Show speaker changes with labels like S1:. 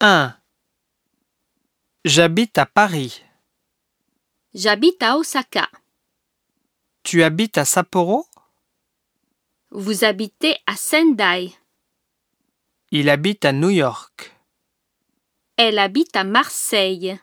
S1: 1. J'habite à Paris.
S2: J'habite à Osaka.
S1: Tu habites à Sapporo
S2: Vous habitez à Sendai.
S1: Il habite à New York.
S2: Elle habite à Marseille.